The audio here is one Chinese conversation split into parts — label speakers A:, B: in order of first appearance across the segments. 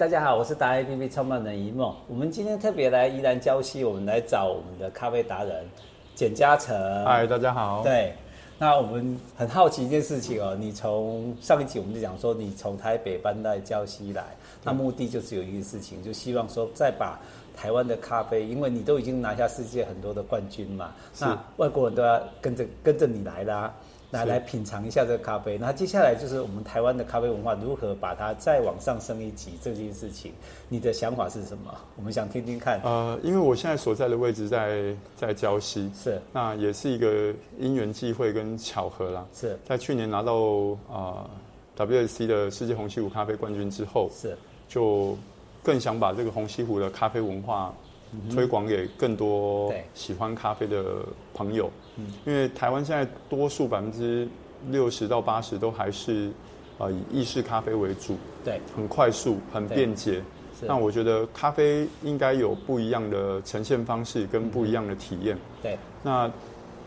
A: 大家好，我是达 A P P 创办人一梦。我们今天特别来宜兰礁溪，我们来找我们的咖啡达人简嘉诚。
B: 嗨，大家好。
A: 对，那我们很好奇一件事情哦，你从上一集我们就讲说，你从台北搬到礁溪来，那目的就只有一件事情，就希望说再把台湾的咖啡，因为你都已经拿下世界很多的冠军嘛，那外国人都要跟着跟着你来啦。来来品尝一下这个咖啡，那接下来就是我们台湾的咖啡文化如何把它再往上升一级这件事情，你的想法是什么？我们想听听看。
B: 呃，因为我现在所在的位置在在礁溪，
A: 是
B: 那也是一个因缘际会跟巧合啦。
A: 是
B: 在去年拿到啊、呃、WSC 的世界红西湖咖啡冠军之后，
A: 是，
B: 就更想把这个红西湖的咖啡文化推广给更
A: 嗯
B: 多
A: 对嗯
B: 喜欢咖啡的朋友。因为台湾现在多数百分之六十到八十都还是呃以意式咖啡为主，
A: 对，
B: 很快速、很
A: 对
B: 便捷。
A: 是
B: 那我觉得咖啡应该有不一样的呈现方式跟不一样的体验。
A: 对，
B: 那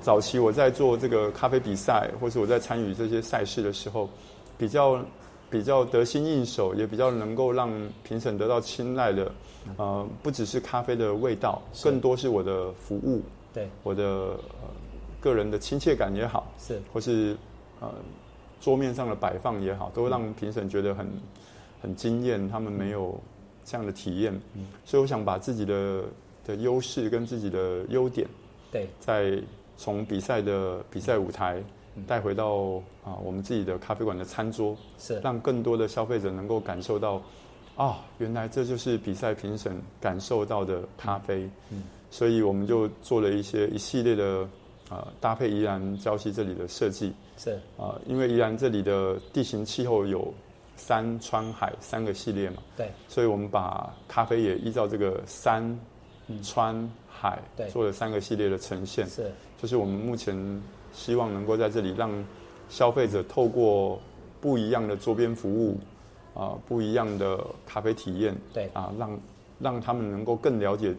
B: 早期我在做这个咖啡比赛，或是我在参与这些赛事的时候，比较比较得心应手，也比较能够让评审得到青睐的，
A: 嗯
B: 呃，不只是咖啡的味道，更多是我的服务，
A: 对，
B: 我的、呃、个人的亲切感也好，
A: 是
B: 或是呃桌面上的摆放也好，都会让评审觉得很很惊艳，他们没有这样的体验，所以我想把自己的的优势跟自己的优点，
A: 对，
B: 再从比赛的比赛舞台带回到啊、我们自己的咖啡馆的餐桌，
A: 是
B: 让更多的消费者能够感受到啊、原来这就是比赛评审感受到的咖啡，所以我们就做了一些一系列的啊、搭配宜兰礁溪这里的设计，
A: 是
B: 啊，因为宜兰这里的地形气候有山、川、海三个系列嘛，
A: 对，
B: 所以我们把咖啡也依照这个山、川、海
A: 对
B: 做了三个系列的呈现，
A: 是
B: 就是我们目前希望能够在这里让消费者透过不一样的周边服务啊、不一样的咖啡体验，
A: 对
B: 啊、让让他们能够更了解。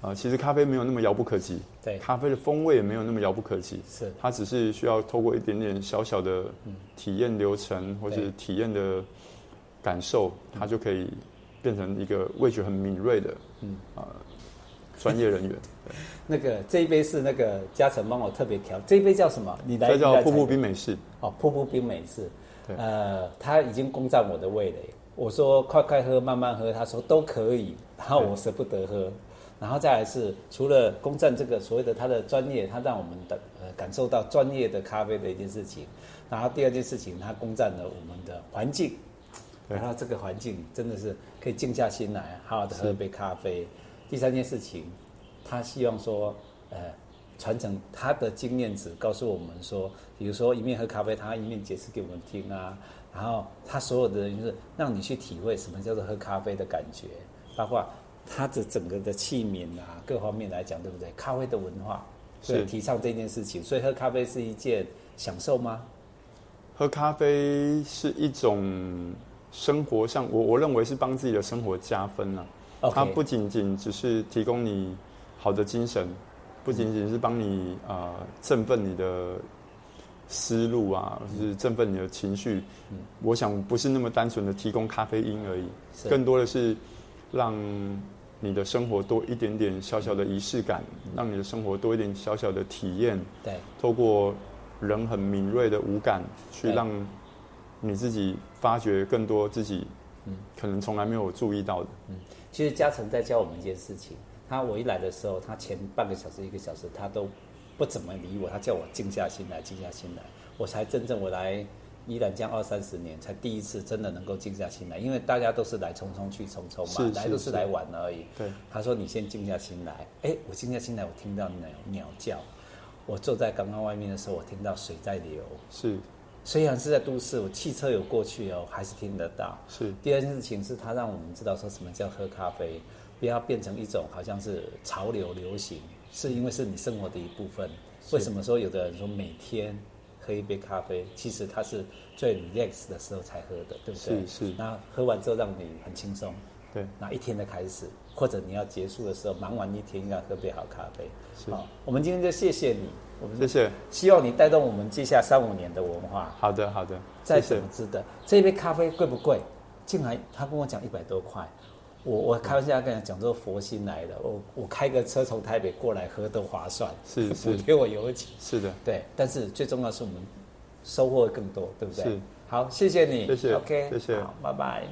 B: 啊、其实咖啡没有那么遥不可及，
A: 对
B: 咖啡的风味也没有那么遥不可及，
A: 是
B: 它只是需要透过一点点小小的体验流程
A: 嗯
B: 或
A: 对
B: 是体验的感受，它就可以变成一个味觉很敏锐的，嗯啊，专业人员。
A: 那个这一杯是那个嘉诚帮我特别调，这一杯叫什么？你来
B: 这
A: 你
B: 叫
A: 来
B: 瀑布
A: 猜
B: 冰美式，
A: 哦，瀑布冰美式。
B: 对
A: 呃，他已经攻占我的味蕾。我说快快喝，慢慢喝，他说都可以， 然后我舍不得喝。然后再来是，除了攻占这个所谓的他的专业，他让我们的呃感受到专业的咖啡的一件事情。然后第二件事情，他攻占了我们的环境，
B: 对
A: 然后这个环境真的是可以静下心来，好好的喝一杯咖啡。第三件事情，他希望说，呃，传承他的经验值，告诉我们说，比如说一面喝咖啡，他一面解释给我们听啊，然后他所有的人就是让你去体会什么叫做喝咖啡的感觉，包括他的整个的器皿啊，各方面来讲，对不对？咖啡的文化，所以
B: 是
A: 提倡这件事情，所以喝咖啡是一件享受吗？
B: 喝咖啡是一种生活上，我我认为是帮自己的生活加分了、
A: OK
B: 啊它不仅仅只是提供你好的精神，不仅仅是帮你呃振奋你的思路啊，就是振奋你的情绪。我想不是那么单纯的提供咖啡因而
A: 是
B: 已，更多的是让你的生活多一点点小小的仪式感，让你的生活多一点小小的体验。
A: 对，
B: 透过人很敏锐的五感，去
A: 对
B: 让你自己发掘更多自己可能从来没有注意到的。
A: 其实嘉诚在教我们一件事情，他我一来的时候，他前半个小时、一个小时他都不怎么理我，他叫我静下心来，静下心来，我才真正我来依然这样二三十年，才第一次真的能够静下心来，因为大家都是来匆匆去匆匆嘛，
B: 是
A: 来
B: 是
A: 都是
B: 是
A: 来玩而已。
B: 对，
A: 他说你先哎静下心来，哎，我静下心来，我听到鸟鸟叫，我坐在刚刚外面的时候，我听到水在流，
B: 是
A: 虽然是在都市，我汽车有过去哦，还是听得到。
B: 是
A: 第二件事情是，它让我们知道说什么叫喝咖啡，不要变成一种好像是潮流流行，是因为是你生活的一部分。为什么说有的人说每天喝一杯咖啡，其实它是最 relax 的时候才喝的，对不对？
B: 是是
A: 那喝完之后让你很轻松，
B: 对，
A: 那一天的开始，或者你要结束的时候，忙完一天应该喝杯好咖啡。好，我们今天就谢谢你，我们
B: 谢谢。
A: 希望你带动我们接下三五年的文化。
B: 好的，好的，
A: 再
B: 谢
A: 怎
B: 谢
A: 么。值得？这一杯咖啡贵不贵？进来他跟我讲一百多块，我我开玩笑跟他讲说佛心来的，我我开个车从台北过来喝都划算，
B: 是
A: 补
B: 是
A: 贴我油钱。
B: 是的，
A: 对，但是最重要是我们收获更多，对不对？
B: 是。
A: 好，谢谢你。
B: 谢谢
A: OK，
B: 谢谢
A: 好，拜拜。